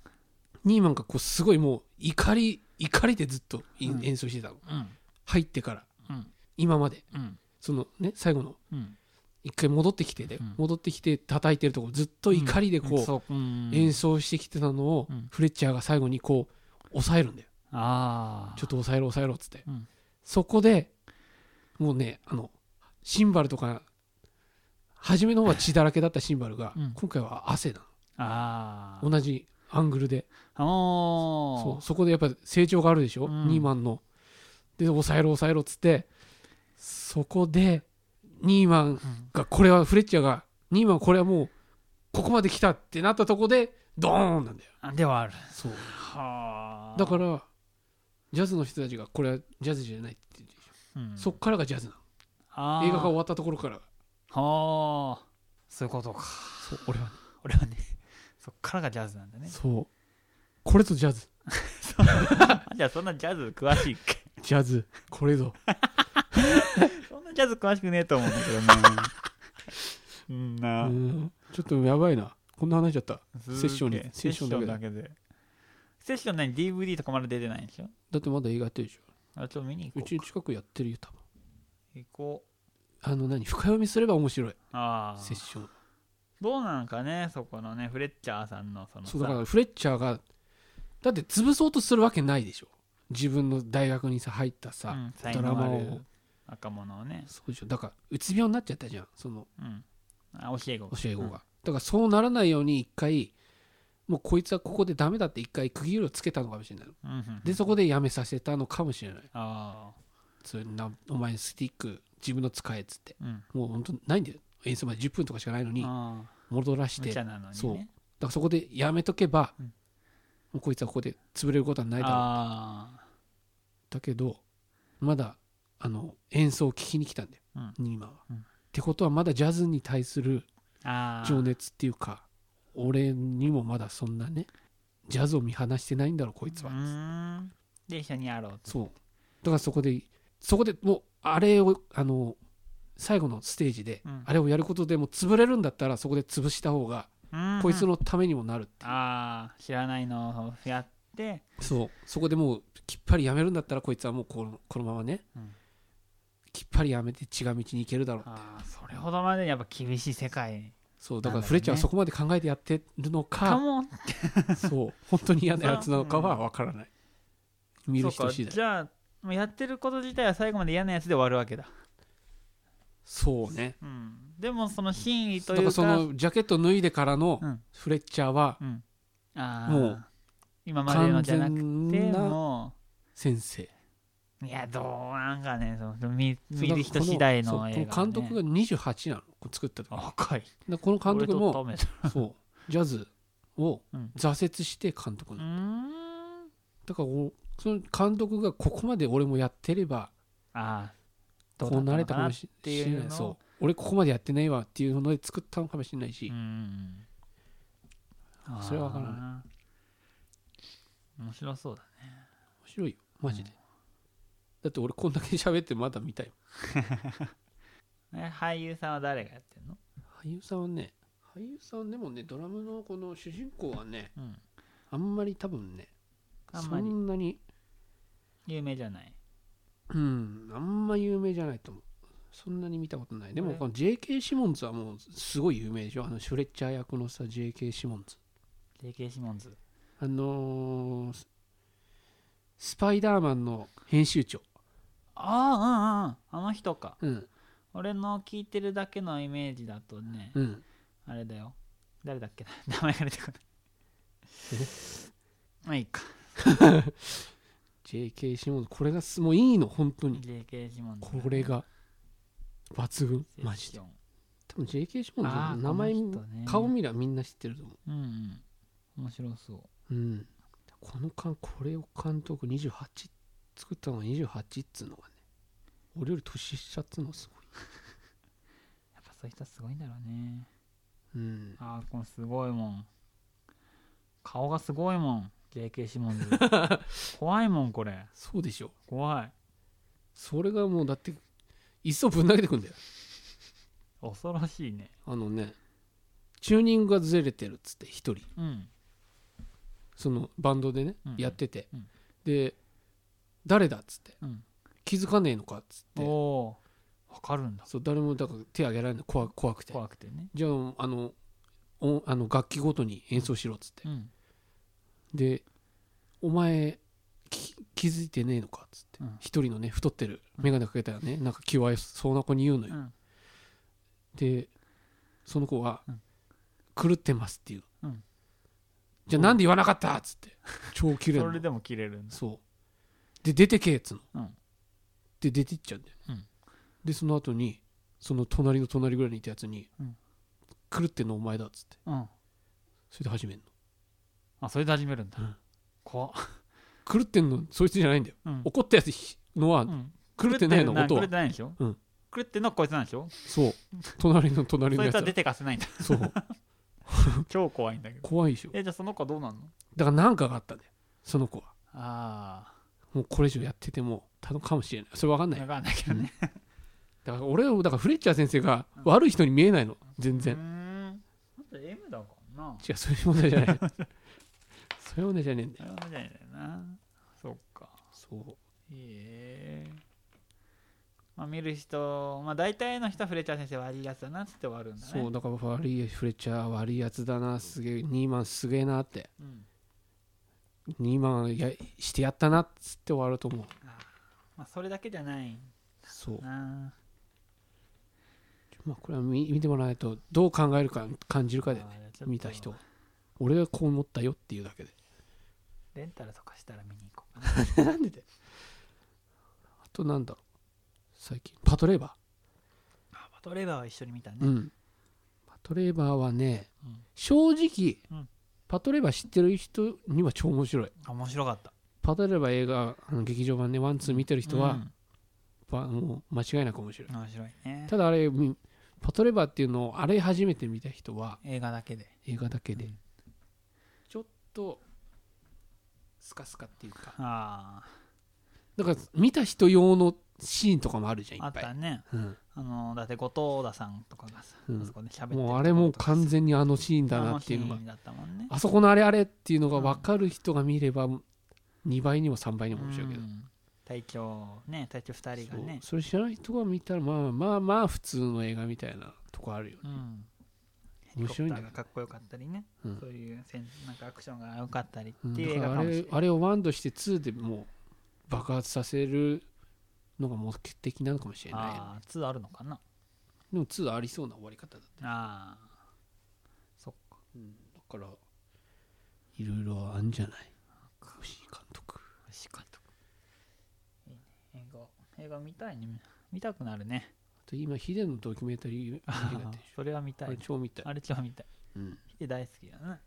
Speaker 2: ニーマンがこうすごいもう怒り怒りでずっとい
Speaker 1: うん
Speaker 2: 演奏してたの
Speaker 1: うん
Speaker 2: 入ってから
Speaker 1: うん
Speaker 2: 今まで
Speaker 1: うん
Speaker 2: そのね最後の
Speaker 1: うん
Speaker 2: 一回戻ってきてで
Speaker 1: うん
Speaker 2: 戻ってきて叩いてるとこずっと怒りでこう
Speaker 1: そううん
Speaker 2: 演奏してきてたのを、
Speaker 1: うん
Speaker 2: フレッチャーが最後にこう抑えるんだよ
Speaker 1: ああ
Speaker 2: ちょっと抑えろ抑えろっつって、
Speaker 1: うん
Speaker 2: そこでもうねあのシンバルとか初めの方は血だらけだったシンバルが、
Speaker 1: うん
Speaker 2: 今回は汗な
Speaker 1: あ
Speaker 2: の同じアングルで
Speaker 1: あお
Speaker 2: そうそこでやっぱ成長があるでしょ、
Speaker 1: うん
Speaker 2: ニーマンので抑えろ抑えろっつってそこでニーマン
Speaker 1: うん
Speaker 2: がこれはフレッチャーがニーマンこれはもうここまで来たってなったとこでドーンなんだよ
Speaker 1: あではある
Speaker 2: そう
Speaker 1: はあ
Speaker 2: だからジャズの人たちがこれはジャズじゃないって言うでしょ、
Speaker 1: ら、うん
Speaker 2: そっからがジャズな
Speaker 1: あ
Speaker 2: の
Speaker 1: ー
Speaker 2: 映画が終わったところから
Speaker 1: はあそういうことか
Speaker 2: そう俺はね
Speaker 1: 俺はね そっからがジャズなんだね
Speaker 2: そうこれとジャズ
Speaker 1: じゃあそんなジャズ詳しいっけ
Speaker 2: ジャズこれぞ
Speaker 1: そんなジャズ詳しくねえと思うんだけどね うん
Speaker 2: う
Speaker 1: な、
Speaker 2: んちょっとやばいなこんな話しちゃった
Speaker 1: すげえ
Speaker 2: セッションに
Speaker 1: セ
Speaker 2: セ
Speaker 1: ッ
Speaker 2: ッ
Speaker 1: シ
Speaker 2: シ
Speaker 1: ョ
Speaker 2: ョ
Speaker 1: ン
Speaker 2: ン
Speaker 1: だ
Speaker 2: だ
Speaker 1: け
Speaker 2: け
Speaker 1: で
Speaker 2: で
Speaker 1: セッション何 DVD とかまだ出てないんでしょ
Speaker 2: だってまだ映画やってるでしょ
Speaker 1: あちょっと見に
Speaker 2: う
Speaker 1: 行こ
Speaker 2: ちの近くやってるよ多分
Speaker 1: う行こ
Speaker 2: あの何深読みすれば面白いう
Speaker 1: あ
Speaker 2: セッ
Speaker 1: あ
Speaker 2: ション
Speaker 1: どうなんかねそこのねフレッチャーさんのそのさ
Speaker 2: そうだからフレッチャーがだって潰そうとするわけないでしょ自分の大学にさ入ったさ、
Speaker 1: うん、才
Speaker 2: ドラ
Speaker 1: 能
Speaker 2: マ
Speaker 1: あ
Speaker 2: を
Speaker 1: る若者をね、
Speaker 2: そうでしょだからうつ病になっちゃったじゃんその
Speaker 1: うん、あ教え子
Speaker 2: 教え子が、
Speaker 1: うん
Speaker 2: だからそうならないように一回もうこいつはここでダメだって一回区切りをつけたのかもしれないの
Speaker 1: うんうん
Speaker 2: でそこでやめさせたのかもしれない
Speaker 1: あ
Speaker 2: それなお前スティック自分の使えっつって
Speaker 1: あうん
Speaker 2: もう本当ないんだよ演奏まで10分とかしかないのに
Speaker 1: ああ
Speaker 2: 戻らして
Speaker 1: 無
Speaker 2: だ
Speaker 1: 茶
Speaker 2: か
Speaker 1: なのにね
Speaker 2: そうらそこでやめとけば、
Speaker 1: うん
Speaker 2: もうこいつはここで潰れることはないだろう
Speaker 1: ああ
Speaker 2: だけどまだあの演奏を聴きに来たんだよ、
Speaker 1: うん
Speaker 2: 今は、
Speaker 1: うん
Speaker 2: ってことはまだジャズに対する
Speaker 1: ああ
Speaker 2: 情熱っていうか俺にもまだそんなねジャズを見放してないんだろこいつは、
Speaker 1: うーんで一緒にやろうと
Speaker 2: そうだからそこでそこでもうあれをあの最後のステージで、
Speaker 1: うん
Speaker 2: あれをやることでもう潰れるんだったらそこで潰した方が
Speaker 1: うんうん
Speaker 2: こいつのためにもなるっていう
Speaker 1: ああ知らないのをやって
Speaker 2: そうそこでもうきっぱりやめるんだったらこいつはもうこのこのままね、
Speaker 1: うん
Speaker 2: きっぱりやめて違う道に行けるだろう
Speaker 1: ああそれほどまでやっぱ厳しい世界
Speaker 2: そうだか
Speaker 1: なんだろう
Speaker 2: ら
Speaker 1: ね
Speaker 2: フレッチャーはそこまで考えてやってるの
Speaker 1: か
Speaker 2: か
Speaker 1: も
Speaker 2: そう本当に嫌なやつなのかは分からない見る人次
Speaker 1: そうか
Speaker 2: 第
Speaker 1: じゃあもうやってること自体は最後まで嫌なやつで終わるわけだ、
Speaker 2: そうね
Speaker 1: うん、でもその真意
Speaker 2: だ
Speaker 1: と
Speaker 2: か
Speaker 1: いう
Speaker 2: ら
Speaker 1: か
Speaker 2: そのジャケット脱いでからの
Speaker 1: うん
Speaker 2: フレッチャーは
Speaker 1: うん、ああ
Speaker 2: もう
Speaker 1: 今までの
Speaker 2: 完
Speaker 1: じゃなくて
Speaker 2: 全な
Speaker 1: も
Speaker 2: 先生
Speaker 1: ういやどうなんかねその見
Speaker 2: そう
Speaker 1: 見る人次第の
Speaker 2: だ
Speaker 1: 映
Speaker 2: からこ
Speaker 1: 画、ね、
Speaker 2: のそうこの監督が28なのこれ作った時だか
Speaker 1: 若い
Speaker 2: らこの監督も
Speaker 1: 俺と止めた
Speaker 2: そうジャズを
Speaker 1: うん
Speaker 2: 挫折して監督
Speaker 1: う
Speaker 2: な
Speaker 1: ー
Speaker 2: の
Speaker 1: ん
Speaker 2: だからこうその監督がここまで俺もやってれば
Speaker 1: ああど
Speaker 2: こう
Speaker 1: だ
Speaker 2: な
Speaker 1: っ
Speaker 2: れた
Speaker 1: の
Speaker 2: かも
Speaker 1: な
Speaker 2: し
Speaker 1: って
Speaker 2: れ
Speaker 1: いう
Speaker 2: ない
Speaker 1: のを
Speaker 2: そう俺ここまでやってないわっていうので作ったのかもしれないし、
Speaker 1: うん
Speaker 2: それはわから
Speaker 1: い面白そうだね
Speaker 2: 面白いよマジで、だって俺こんだけ喋ってまだ見たよ
Speaker 1: え俳優さんは誰がやってんの
Speaker 2: 俳優さんはね俳優さんでもねドラムのこの主人公はね
Speaker 1: うん
Speaker 2: あんまり多分ね
Speaker 1: あんまり
Speaker 2: そんなに
Speaker 1: 有名じゃない
Speaker 2: うんあんま有名じゃないと思うそんなに見たことないでも
Speaker 1: 俺
Speaker 2: この JK シモンズはもうすごい有名でしょあのシュレッチャー役のさ JK シモンズ
Speaker 1: JK シモンズ
Speaker 2: あのーススパイダーマンの編集長
Speaker 1: ああうんうんあの人か
Speaker 2: うん
Speaker 1: 俺の聞いてるだけのイメージだとね
Speaker 2: うん
Speaker 1: あれだよ誰だっけな 名前が出てこないまあいいか
Speaker 2: JK シモンズこれがすもういいの本当に
Speaker 1: JK シモンズ
Speaker 2: これが抜群マジで
Speaker 1: で
Speaker 2: 多分 JK シモンズ
Speaker 1: あ
Speaker 2: の
Speaker 1: ー
Speaker 2: 名前
Speaker 1: この人ね
Speaker 2: 顔見りゃみんな知ってると思
Speaker 1: うんうん面白そう
Speaker 2: ううんこの間これを監督28作ったのが28っつうのがね俺より年下っつうのすごい
Speaker 1: やっぱそういう人はすごいんだろうね
Speaker 2: うん
Speaker 1: ああこのすごいもん顔がすごいもん JK シモンズ 怖いもんこれ
Speaker 2: そうでしょ
Speaker 1: 怖い
Speaker 2: それがもうだっていっそぶん投げてくんだよ
Speaker 1: 恐ろしいね
Speaker 2: あのねチューニングがずれてるっつって一人
Speaker 1: うん
Speaker 2: そのバンドでね、
Speaker 1: うん
Speaker 2: やってて、
Speaker 1: うん
Speaker 2: で誰だっつって
Speaker 1: うん
Speaker 2: 気づかねえのかっつっ
Speaker 1: お
Speaker 2: て
Speaker 1: おわかるんだ
Speaker 2: そう誰もだから手挙げられない怖怖くて
Speaker 1: 怖くてね
Speaker 2: じゃああのおあの楽器ごとに演奏しろっつって、
Speaker 1: うん
Speaker 2: でお前き気づいてねえのかっつって
Speaker 1: うん
Speaker 2: 一、人のね太ってる眼鏡かけたらねなんか気弱そうな子に言うの
Speaker 1: う
Speaker 2: よ、
Speaker 1: ん
Speaker 2: でその子は
Speaker 1: うん
Speaker 2: 「狂ってます」っていう、
Speaker 1: うん
Speaker 2: じゃあなんで言わなかったっつって超綺麗
Speaker 1: そ
Speaker 2: な
Speaker 1: れでも切れるんだ
Speaker 2: そうで出てけっつうの、
Speaker 1: うん
Speaker 2: で出てっちゃうんだよね、
Speaker 1: うん
Speaker 2: でその後にその隣の隣ぐらいにいたやつに
Speaker 1: うん
Speaker 2: 「狂ってんのお前だ」っつって
Speaker 1: うん
Speaker 2: それで始めんの
Speaker 1: あそれで始めるんだ、
Speaker 2: うん
Speaker 1: 怖っ
Speaker 2: 狂ってんのそいつじゃないんだよ
Speaker 1: うん
Speaker 2: 怒ったやつのは
Speaker 1: うん
Speaker 2: 狂ってないの
Speaker 1: 狂
Speaker 2: 音
Speaker 1: 狂
Speaker 2: は
Speaker 1: ってないんでしょ
Speaker 2: うん
Speaker 1: 狂ってんのはこいつなんでしょ
Speaker 2: そう隣の隣
Speaker 1: そ
Speaker 2: の
Speaker 1: い
Speaker 2: や
Speaker 1: つ
Speaker 2: つは
Speaker 1: は出てかせないんだ
Speaker 2: そう
Speaker 1: 超怖いんだけど
Speaker 2: 怖いでしょ
Speaker 1: えじゃあその子はどうなんの
Speaker 2: だから何かがあったんだよその子は
Speaker 1: あ
Speaker 2: もうこれ以上やっててもたのかもしれないそれ分かん
Speaker 1: あ
Speaker 2: ない
Speaker 1: 分かんないけどね
Speaker 2: だから俺をだからフレッチャー先生が悪い人に見えないの全然
Speaker 1: うーんほんと M だからな
Speaker 2: 違うそういう問題じゃ ないそういう問題じゃねえんだ
Speaker 1: そういう
Speaker 2: よ
Speaker 1: ことじゃないんだよなそうか
Speaker 2: そう
Speaker 1: ええまあ見る人、まあ大体の人はフレッチャー先生悪いやつだなっつって終わるんだね。
Speaker 2: そうだから悪いフレッチャー悪いやつだなすげえニーマンすげえなって
Speaker 1: うん。
Speaker 2: ニーマンやしてやったなっつって終わると思う
Speaker 1: まあそれだけじゃない
Speaker 2: そう
Speaker 1: な。
Speaker 2: まあこれは見見てもらわないとどう考えるか感じるかで
Speaker 1: あーじゃあちょっと
Speaker 2: 見た人俺がこう思ったよっていうだけで
Speaker 1: レンタルとかしたら見に行 こうかな。
Speaker 2: なんでだよあとなんだろう最近パトレーバ
Speaker 1: あバトレーバーは一緒に見たね。
Speaker 2: ー、うんパトレーバーはね、
Speaker 1: うん
Speaker 2: 正直、
Speaker 1: うん
Speaker 2: パトレーバー知ってる人には超面白い
Speaker 1: 面白かった。
Speaker 2: パトレーバー映画あの劇場版ねワンツー見てる人は、ばもう間違いなく面白い
Speaker 1: うん、面白いね。
Speaker 2: ただあれみパトレーバーっていうのをあれ初めて見た人は
Speaker 1: 映画だけで。
Speaker 2: 映画だけで、
Speaker 1: うん
Speaker 2: ちょっとスカスカっていうか
Speaker 1: あ
Speaker 2: だから見た人用のシーンとかもあるじゃん
Speaker 1: あ、あ
Speaker 2: いっ
Speaker 1: っ
Speaker 2: ぱい
Speaker 1: たね。
Speaker 2: うん
Speaker 1: あの、だって後藤田さんとかがさ、
Speaker 2: うん
Speaker 1: あそこで喋ってる
Speaker 2: もうあれもう
Speaker 1: ところとかさ
Speaker 2: 完全にあのシーンだなっていうの
Speaker 1: あ
Speaker 2: が
Speaker 1: シーンだったもんね。
Speaker 2: あそこのあれあれっていうのが分かる人が見れば2倍にも3倍にも面白いけど、
Speaker 1: うん隊長ね、隊長二人がね
Speaker 2: そう。それ知らない人が見たらまあまあまあ普通の映画みたいなとこあるよね
Speaker 1: うん。
Speaker 2: 面白いんだ
Speaker 1: ヘリコプター
Speaker 2: けど
Speaker 1: がかっこよかったりね、
Speaker 2: うん
Speaker 1: そういうせんなんかアクションが良かったり
Speaker 2: う
Speaker 1: っ
Speaker 2: ん
Speaker 1: ていう映
Speaker 2: だか
Speaker 1: 画
Speaker 2: ら
Speaker 1: か
Speaker 2: あ
Speaker 1: もしれ
Speaker 2: れ
Speaker 1: ない。
Speaker 2: あれを1として2でもう爆発させるのが目的なのかもしれないよね
Speaker 1: ああ、2あるのかな。
Speaker 2: でも2ありそうな終わり方だった、
Speaker 1: ああ、そっか。
Speaker 2: だからいろいろあるんじゃない吉井監督
Speaker 1: しかと。いいね映画、映画見たいね。見たくなるね。
Speaker 2: あと今ヒデのドキュメンタリー映画やってるでし
Speaker 1: それは見
Speaker 2: ょ
Speaker 1: た
Speaker 2: あ
Speaker 1: い
Speaker 2: れ
Speaker 1: ね。
Speaker 2: 超見たい、
Speaker 1: あれ超見たい。
Speaker 2: うん
Speaker 1: ヒデ大好きだね。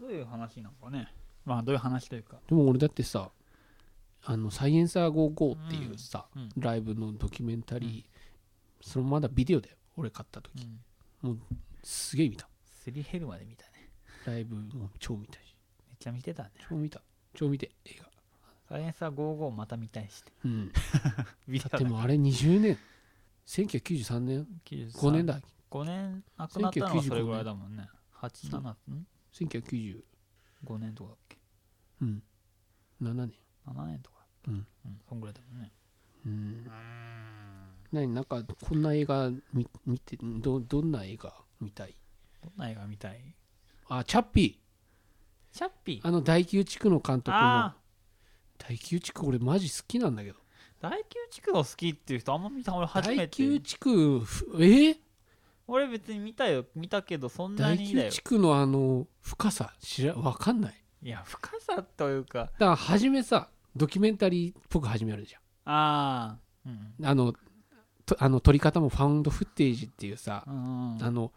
Speaker 1: どういう話なのかね。まあ、どういう話というか。
Speaker 2: でも俺だってさあのサイエンサー55っていうさ、
Speaker 1: うん
Speaker 2: ライブのドキュメンタリー、それもまだビデオだよ俺買った時、
Speaker 1: うん。
Speaker 2: すげえ見た
Speaker 1: すり減るまで見たね。
Speaker 2: ライブも超見たし
Speaker 1: めっちゃ見てたね。
Speaker 2: 超見た超見て映画
Speaker 1: サイエンサー55また見たいして。
Speaker 2: うん
Speaker 1: 見
Speaker 2: でもあれ20年1993年5年だ
Speaker 1: 5年亡くなったのはそれぐらいだもんね8
Speaker 2: そう
Speaker 1: 7ん
Speaker 2: 1997
Speaker 1: 5年とかだっけ
Speaker 2: 年
Speaker 1: 7年とか
Speaker 2: う
Speaker 1: だっ
Speaker 2: ん
Speaker 1: けうんそんぐらいだもんね
Speaker 2: うん
Speaker 1: うん
Speaker 2: 何なんかこんな映画見見てどどんな映画見たい
Speaker 1: どんな映画見たい
Speaker 2: あチャッピ
Speaker 1: チャッピ
Speaker 2: ー
Speaker 1: ー
Speaker 2: あの大宮地区の監督の
Speaker 1: あ
Speaker 2: 大宮地区俺マジ好きなんだけど
Speaker 1: ー大宮地区が好きっていう人あんま見た俺初
Speaker 2: 大
Speaker 1: め
Speaker 2: 宮
Speaker 1: て
Speaker 2: 地区ふえー
Speaker 1: 俺別に見たよ見たけどそんな
Speaker 2: 大
Speaker 1: にだ
Speaker 2: 宮
Speaker 1: よ
Speaker 2: 地区のあの深さ知らわかんない
Speaker 1: いや深さというか
Speaker 2: だから初めさドキュメンタリーっぽく始めるじゃ
Speaker 1: ああうん
Speaker 2: んあのとあの撮り方もファウンドフッテージっていうさ
Speaker 1: うんうん
Speaker 2: あの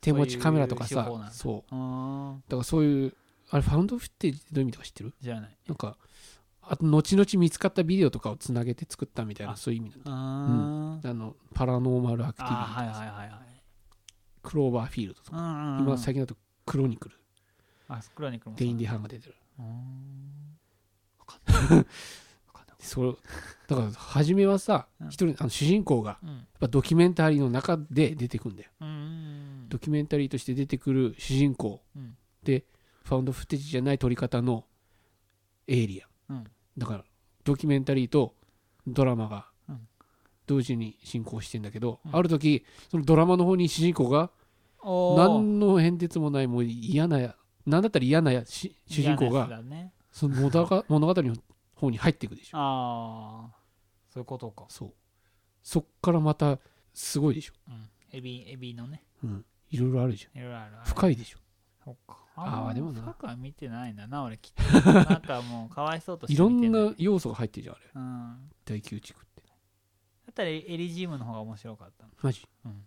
Speaker 2: 手持ちカメラとか
Speaker 1: そういう
Speaker 2: さ
Speaker 1: 手法なんだ
Speaker 2: そう
Speaker 1: うん
Speaker 2: だからそういうあれファウンドフッテージってどういう意味とか知ってる
Speaker 1: じゃない
Speaker 2: なんかあと後々見つかったビデオとかをつなげて作ったみたいな
Speaker 1: あ
Speaker 2: そういう意味なの
Speaker 1: あー
Speaker 2: あのパラノーマルアクティビティ
Speaker 1: あーはいはいはいはい
Speaker 2: クローバーフィールドとか
Speaker 1: うんうんうん
Speaker 2: 今最近だとクロニクル
Speaker 1: あスクラニクルもそ
Speaker 2: デ
Speaker 1: う
Speaker 2: イン・ディハンが出てる
Speaker 1: うんわかんない
Speaker 2: そうだから初めはさ
Speaker 1: うん
Speaker 2: 一人あの主人公がやっ
Speaker 1: うん
Speaker 2: ぱドキュメンタリーの中で出てくんだよ
Speaker 1: うんうん
Speaker 2: ドキュメンタリーとして出てくる主人公
Speaker 1: うん
Speaker 2: でファウンドフッテージじゃない撮り方のエイリアン、
Speaker 1: うん
Speaker 2: だからドキュメンタリーとドラマが
Speaker 1: うん
Speaker 2: 同時に進行してんだけど、
Speaker 1: うん
Speaker 2: ある時そのドラマの方に主人公が
Speaker 1: おー
Speaker 2: 何の変哲もないもう嫌な何だったら嫌なし主人公
Speaker 1: 嫌な
Speaker 2: が
Speaker 1: やつだね
Speaker 2: その 物語物語の方に入っていくでしょ
Speaker 1: ああそういうことか、
Speaker 2: そうそっからまたすごいでしょ、
Speaker 1: うん、エビエビのね
Speaker 2: うん、いろいろあるじゃん
Speaker 1: いろいろあるある
Speaker 2: 深いでしょ
Speaker 1: そっか
Speaker 2: あー
Speaker 1: んま
Speaker 2: でもな
Speaker 1: 深くは見てないんだな俺きっ となんかもうかわいそうとし
Speaker 2: い
Speaker 1: て
Speaker 2: ろ
Speaker 1: 見て
Speaker 2: ん
Speaker 1: ない
Speaker 2: な要素が入ってるじゃんあれ
Speaker 1: うん
Speaker 2: 大宮地区って
Speaker 1: だったらエリジームの方が面白かった
Speaker 2: マジ、
Speaker 1: うん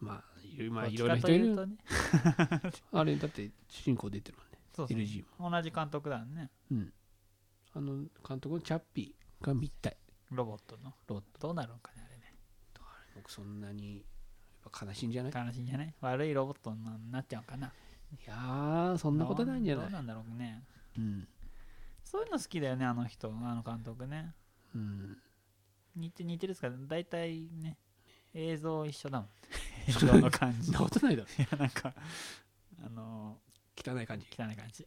Speaker 2: まあいろいろまあ
Speaker 1: どっ
Speaker 2: い
Speaker 1: ち
Speaker 2: ろ
Speaker 1: か
Speaker 2: いろな
Speaker 1: と
Speaker 2: 人い
Speaker 1: い
Speaker 2: る
Speaker 1: うとね
Speaker 2: あれだって主人公出てるもんね
Speaker 1: そうそう
Speaker 2: LG も
Speaker 1: 同じ監督だよね
Speaker 2: あの監督のチャッピーが見たい
Speaker 1: ロボットの
Speaker 2: ロボッ
Speaker 1: どうなるんかねあれね
Speaker 2: 僕そんなにやっぱ悲しいんじゃない
Speaker 1: 悲しいんじゃない悪いロボットになっちゃうかない
Speaker 2: やーそんなことないんじゃな
Speaker 1: どう
Speaker 2: い
Speaker 1: なんだろうね
Speaker 2: うん、
Speaker 1: そういうの好きだよねあの人あの監督ね
Speaker 2: うん、
Speaker 1: 似て似てるっすから大体ね映像一緒 だもん映像の感
Speaker 2: そ
Speaker 1: じ
Speaker 2: んなことないだろ
Speaker 1: いやなんかあの
Speaker 2: 汚い感じ
Speaker 1: ー汚い感じ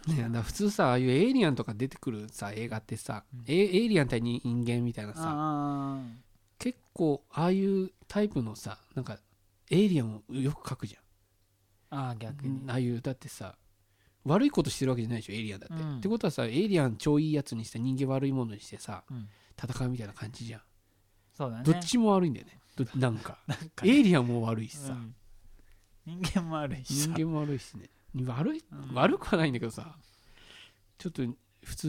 Speaker 2: ね、だから普通さああいうエイリアンとか出てくるさ映画ってさ、
Speaker 1: うん
Speaker 2: エイエイリアン対人間みたいなさ
Speaker 1: あ
Speaker 2: 結構ああいうタイプのさなんかエイリアンをよく描くじ
Speaker 1: あーあー
Speaker 2: ゃん
Speaker 1: 逆に、
Speaker 2: ああいうだってさ悪いことしてるわけじゃないでしょエイリアンだって、
Speaker 1: うん
Speaker 2: ってことはさエイリアン超いいやつにして人間悪いものにしてさ、
Speaker 1: うん
Speaker 2: 戦うみたいな感じじゃん、
Speaker 1: そうだね
Speaker 2: どっちも悪いんだよね どなんか
Speaker 1: かね
Speaker 2: エイリアンも悪いしさ、
Speaker 1: うん人間も悪いし
Speaker 2: 人
Speaker 1: さ
Speaker 2: 間も悪いしね悪い
Speaker 1: うん
Speaker 2: 悪くはないんだけどさちょっと普通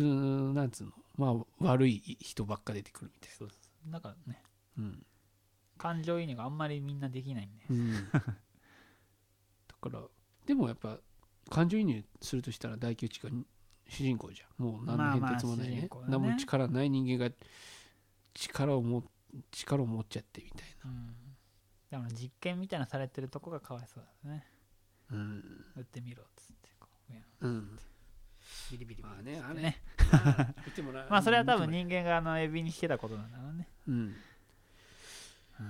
Speaker 2: なんつうのまあ悪い人ばっか出てくるみたい
Speaker 1: そうそうなんかね
Speaker 2: なうん、
Speaker 1: 感情移入があんまりみんなできないんで
Speaker 2: うん、だからでもやっぱ感情移入するとしたら大吉が主人公じゃんもう何の変哲もな
Speaker 1: まあまあ
Speaker 2: い
Speaker 1: 主人
Speaker 2: ね,、
Speaker 1: 公だね
Speaker 2: 何も力ない人間が力をも力を持っちゃってみたい
Speaker 1: うんでも実験みたいなされてるとこがかわいそうだね
Speaker 2: なうん
Speaker 1: 打ってみろっつってこう
Speaker 2: うん
Speaker 1: ビリビリビリ
Speaker 2: まあねあ
Speaker 1: って
Speaker 2: れ
Speaker 1: ね
Speaker 2: 見てもらう
Speaker 1: まあそれは多分人間があのエビにしてたことなんだろうね
Speaker 2: うんあ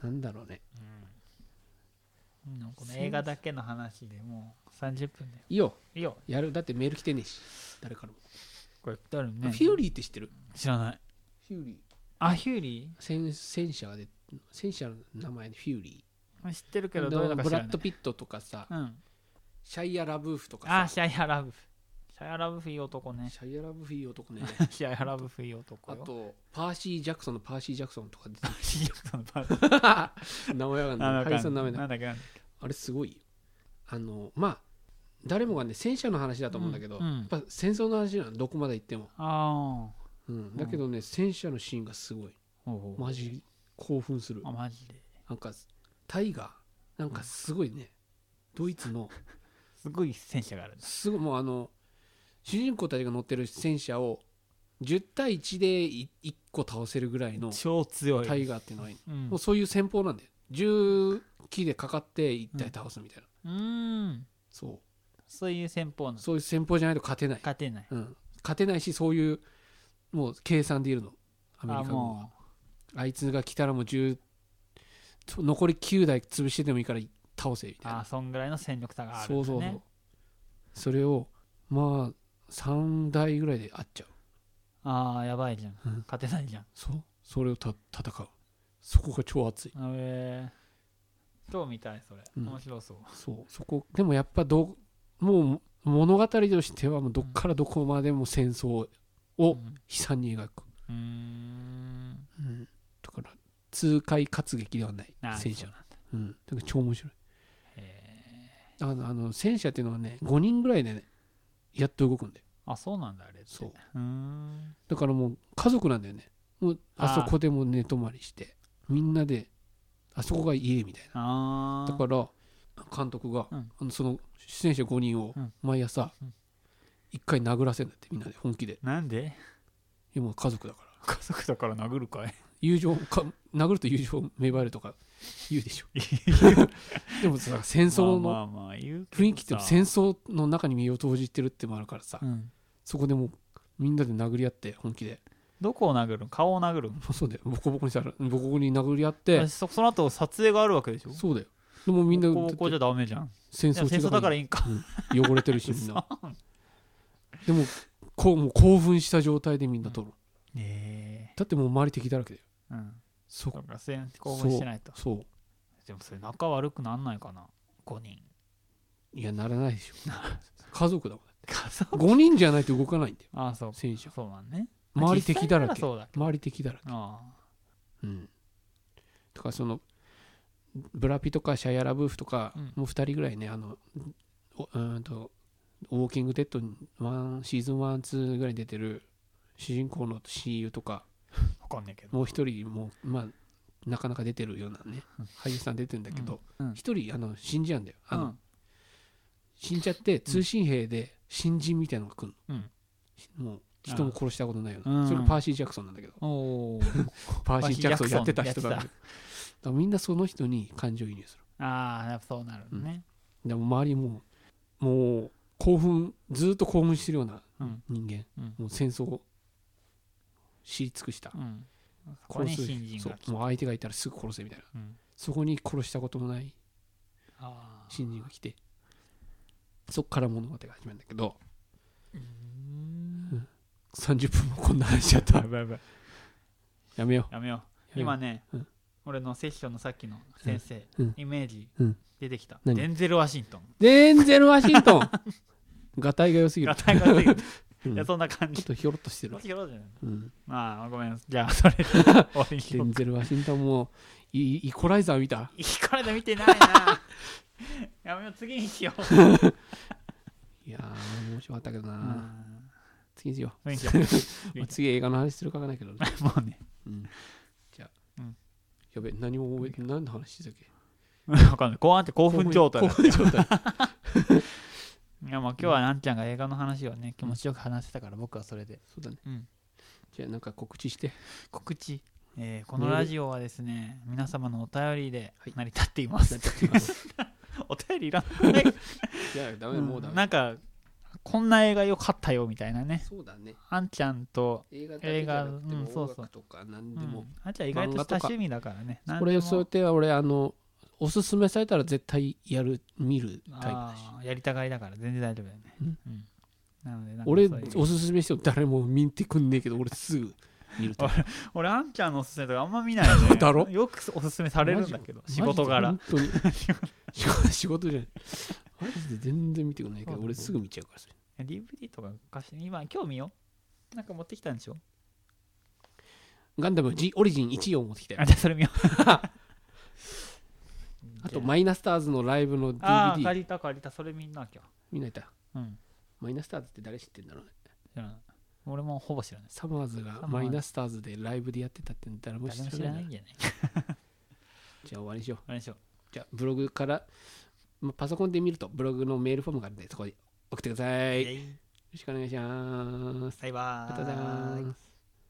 Speaker 2: となんだろうね
Speaker 1: うんこの映画だけの話でもう30分だよ
Speaker 2: いいよ
Speaker 1: いいよ
Speaker 2: やるだってメール来てねえし誰からも、
Speaker 1: これ誰
Speaker 2: あ
Speaker 1: ね
Speaker 2: フューリーって知ってる
Speaker 1: 知らない
Speaker 2: フューリ
Speaker 1: あヒューリ
Speaker 2: ー戦戦車がで戦車の名前でフューリ
Speaker 1: ー知ってるけ
Speaker 2: ー
Speaker 1: どどういうのか
Speaker 2: ブ
Speaker 1: 知ら
Speaker 2: ラ
Speaker 1: な
Speaker 2: ッ
Speaker 1: い
Speaker 2: ド・ピットとかさ
Speaker 1: うん
Speaker 2: シャイア・ラブーフとかさ
Speaker 1: あシャイアラブフシャイアラブフいい男ね
Speaker 2: シャイア・ラブーフいい男 ね
Speaker 1: シャイアラブフいい男
Speaker 2: あ
Speaker 1: よ
Speaker 2: とパーシー・ジャクソンのパーシー・ジャクソンとか 出てる
Speaker 1: シージャクソンのパーティー
Speaker 2: 名前が
Speaker 1: あ
Speaker 2: な
Speaker 1: わ
Speaker 2: い
Speaker 1: か
Speaker 2: 俳優さんの名前
Speaker 1: ん
Speaker 2: だ
Speaker 1: なんだっけなんだっけ
Speaker 2: あれすごいよあのまあ誰もがね戦車の話だと思うんだけど、
Speaker 1: うんうん
Speaker 2: やっぱ戦争の話なのどこまで行っても、
Speaker 1: ああ
Speaker 2: うん、だけどね、戦車のシーンがすごい
Speaker 1: ほうほう
Speaker 2: マジ興奮する
Speaker 1: あマジで
Speaker 2: なんかタイがなんかすごいね、ドイツの
Speaker 1: すごい戦車があるんだ
Speaker 2: すごいもうあの主人公たちが乗ってる戦車を10対1で1個倒せるぐらいの
Speaker 1: 超強い
Speaker 2: タイガーっていうのはいい、
Speaker 1: うん
Speaker 2: もうそういう戦法なんだよ10機でかかって1体倒すみたいな、
Speaker 1: うん
Speaker 2: そ
Speaker 1: そういう戦法な
Speaker 2: う
Speaker 1: の
Speaker 2: そういう戦法じゃないと勝てない、
Speaker 1: 勝てない
Speaker 2: うん、勝てないしそういうもう計算でいるのアメリ
Speaker 1: あ
Speaker 2: カ軍は
Speaker 1: も
Speaker 2: あいつが来たらもう10残り9台潰してでもいいから倒せみ
Speaker 1: う
Speaker 2: たいな
Speaker 1: あそんぐらいの戦力差があるんだ
Speaker 2: そ
Speaker 1: ね
Speaker 2: うそうそうそれをまあ3台ぐらいで会っちゃう
Speaker 1: ああやばいじゃん
Speaker 2: うん
Speaker 1: 勝てないじゃん
Speaker 2: そうそれをた戦うそこが超熱い
Speaker 1: あえー超見たいそれ
Speaker 2: うん
Speaker 1: 面白そう
Speaker 2: そうそこでもやっぱどもう物語としてはもうどっからどこまでも戦争を
Speaker 1: うん
Speaker 2: 悲惨に描く、
Speaker 1: うーん
Speaker 2: うんだから痛快活劇ではない
Speaker 1: あー
Speaker 2: 戦車
Speaker 1: そうなんだ
Speaker 2: うんだから超面白い
Speaker 1: へ
Speaker 2: あのあの戦車っていうのはね5人ぐらいでねやっと動くんだよ
Speaker 1: ーあそうなんだあれって
Speaker 2: そう
Speaker 1: うーん
Speaker 2: だからもう家族なんだよねもうあそこでもう寝泊まりしてみんなであそこが家みたい
Speaker 1: あ
Speaker 2: な
Speaker 1: あ
Speaker 2: だから監督が、
Speaker 1: うん
Speaker 2: あのその出演者5人を
Speaker 1: うん
Speaker 2: 毎朝
Speaker 1: うん
Speaker 2: 1回殴らせるんだってみんなで本気で
Speaker 1: なんで
Speaker 2: 今家族だから
Speaker 1: 家族だから殴るかい
Speaker 2: 友情か殴ると友情芽生えるとか言う でしょでもさ戦争
Speaker 1: ま
Speaker 2: の
Speaker 1: あまあまあ言うけど
Speaker 2: 雰囲気って
Speaker 1: さ
Speaker 2: 戦争の中に身を投じてるってもあるからさ
Speaker 1: うん
Speaker 2: そこでもうみんなで殴り合って本気で
Speaker 1: どこを殴るの顔を殴るの
Speaker 2: そうだよボコボコにされボコボコに殴り合って
Speaker 1: そその後撮影があるわけでしょ
Speaker 2: そうだよ。でもみんな
Speaker 1: こうこうじゃダメじゃん
Speaker 2: 戦
Speaker 1: いや
Speaker 2: 争
Speaker 1: 戦
Speaker 2: 中
Speaker 1: 争だからいいんか
Speaker 2: うん汚れてるしみん な。でもこうもう興奮した状態でみんな撮る。
Speaker 1: ね
Speaker 2: だってもう周り敵だらけだよ。
Speaker 1: えうん
Speaker 2: そ
Speaker 1: だから戦興奮してないと
Speaker 2: そう。
Speaker 1: でもそれ仲悪くなんないかな5人
Speaker 2: いやならないでしょ。家族だもん。
Speaker 1: 家族
Speaker 2: 5人じゃないと動かないんだよ。
Speaker 1: ああそう
Speaker 2: 戦車。
Speaker 1: そうなんね
Speaker 2: 周り敵だら
Speaker 1: 実際
Speaker 2: け
Speaker 1: な。そうだ
Speaker 2: 周り敵だらけ。
Speaker 1: あ
Speaker 2: うん。とかそのブラピとかシャイアラブーフとか、
Speaker 1: うん
Speaker 2: もう2人ぐらいねあのおうーんとウォーキングデッドにワンシーズン12ぐらいに出てる主人公の親友とか
Speaker 1: あ分かんないけど
Speaker 2: もう一人もうまあなかなか出てるようなね俳優さん出てるんだけど
Speaker 1: うんうん
Speaker 2: 一、人あの死んじゃうんだよあの、
Speaker 1: うん
Speaker 2: 死んじゃって通信兵で新人みたいなのが来るの、
Speaker 1: うん
Speaker 2: もう人も殺したことないような、
Speaker 1: うん
Speaker 2: それがパーシー・ジャクソンなんだけど、
Speaker 1: おお
Speaker 2: パーシー・ジャクソンやってた人だ
Speaker 1: や
Speaker 2: だ
Speaker 1: って
Speaker 2: からみんなその人に感情移入する
Speaker 1: ああやっぱそうなるのね
Speaker 2: でも周りももう興奮ずっと興奮してるような
Speaker 1: うん
Speaker 2: 人間、
Speaker 1: うん
Speaker 2: もう戦争を知り尽くした、
Speaker 1: うんここに新人が来
Speaker 2: そうもう相手がいたらすぐ殺せみたいな
Speaker 1: うん
Speaker 2: そこに殺したこともない
Speaker 1: ああ
Speaker 2: 新人が来てそっから物語が始まるんだけど30分もこんな話しちゃった
Speaker 1: やばいやばい
Speaker 2: やめよ
Speaker 1: やめよ
Speaker 2: う
Speaker 1: う今ね、
Speaker 2: うん
Speaker 1: 俺のセッションのさっきの先生、
Speaker 2: うん
Speaker 1: イメージ
Speaker 2: うん
Speaker 1: 出てきた、
Speaker 2: 何
Speaker 1: デンゼル・ワシントン
Speaker 2: デンゼル・ワシント ンがたいが良すぎ
Speaker 1: が
Speaker 2: る
Speaker 1: 大学生
Speaker 2: うん
Speaker 1: いやそんな感
Speaker 2: ちょっ
Speaker 1: じ
Speaker 2: とひょろっとしてるわ、
Speaker 1: ま
Speaker 2: うん、
Speaker 1: あごめんじゃあそれで終わりにし
Speaker 2: デ
Speaker 1: よう
Speaker 2: ンゼル・ワシントンもイイイコライザー見た
Speaker 1: いい体見て ないなやめよう次にしよう
Speaker 2: いやー面白かったけどな、
Speaker 1: うん
Speaker 2: 次にしよ
Speaker 1: 次にしよう
Speaker 2: う、まあ次映画の話するかわかんないけど、ね、
Speaker 1: もうね
Speaker 2: うんじゃあ、
Speaker 1: うん
Speaker 2: やべ何も覚えて何の話してたっけ
Speaker 1: 分かんない後半って興
Speaker 2: 興
Speaker 1: 奮状態だ
Speaker 2: 興奮状 態
Speaker 1: いやもう今日はなんちゃんが映画の話をね気持ちよく話してたから僕はそれで
Speaker 2: そうだね、
Speaker 1: うん
Speaker 2: じゃあなんか告知して
Speaker 1: 告知、えーこのラジオはですね皆様のお便りで
Speaker 2: はい
Speaker 1: 成り立っています、 お便りいらない
Speaker 2: いやダメだもうダメだ
Speaker 1: なんかこんな映画良かったよみたいなね
Speaker 2: そうだね
Speaker 1: あんちゃんと、
Speaker 2: 映画だけじゃなくて
Speaker 1: 映画うん
Speaker 2: も
Speaker 1: そう
Speaker 2: 音
Speaker 1: そう
Speaker 2: 楽とか
Speaker 1: う
Speaker 2: 何
Speaker 1: ん
Speaker 2: でも、
Speaker 1: あんちゃん意外と
Speaker 2: 漫画と
Speaker 1: 親
Speaker 2: か
Speaker 1: 趣味だからね
Speaker 2: これをそうや
Speaker 1: う
Speaker 2: っては俺あのおすすめされたら絶対やる見るタイプだし
Speaker 1: やりたがりだから全然大丈夫だよね、
Speaker 2: うん
Speaker 1: うんなのでなんか
Speaker 2: 俺
Speaker 1: そういう
Speaker 2: おすすめしても誰も見てくんねえけど俺すぐ見るタイプ
Speaker 1: 俺あんちゃんのおすすめとかあんま見ないよね
Speaker 2: だろ
Speaker 1: よくおすすめされるんだけど 仕事柄
Speaker 2: マジで本当に仕事仕事じゃないマジで全然見てくんないけ
Speaker 1: そう
Speaker 2: ど
Speaker 1: だね
Speaker 2: 俺すぐ見ちゃうからそれ
Speaker 1: DVD とか昔今今日見ようなんか持ってきたんでしょ
Speaker 2: ガンダム G オリジン1を持ってきたよ
Speaker 1: あじゃあそれ見よう
Speaker 2: あとマイナスターズのライブの
Speaker 1: ああ
Speaker 2: DVD
Speaker 1: 借りた借りたそれ見なきゃ
Speaker 2: 見ないと
Speaker 1: うん
Speaker 2: マイナスターズって誰知ってんだろうね
Speaker 1: 知らない俺もほぼ知らない
Speaker 2: サマーズがマイナスターズでライブでやってたって誰も知
Speaker 1: 誰も
Speaker 2: ら
Speaker 1: 知
Speaker 2: な
Speaker 1: らな
Speaker 2: いない
Speaker 1: んじゃない
Speaker 2: じゃあ終わりにしよう
Speaker 1: あれでしょ
Speaker 2: じゃあブログから、まあ、パソコンで見るとブログのメールフォームがあるのでそこに送ってください。よ
Speaker 1: イェイ
Speaker 2: ろしくお願いします。
Speaker 1: バイバー
Speaker 2: ありがとうございます。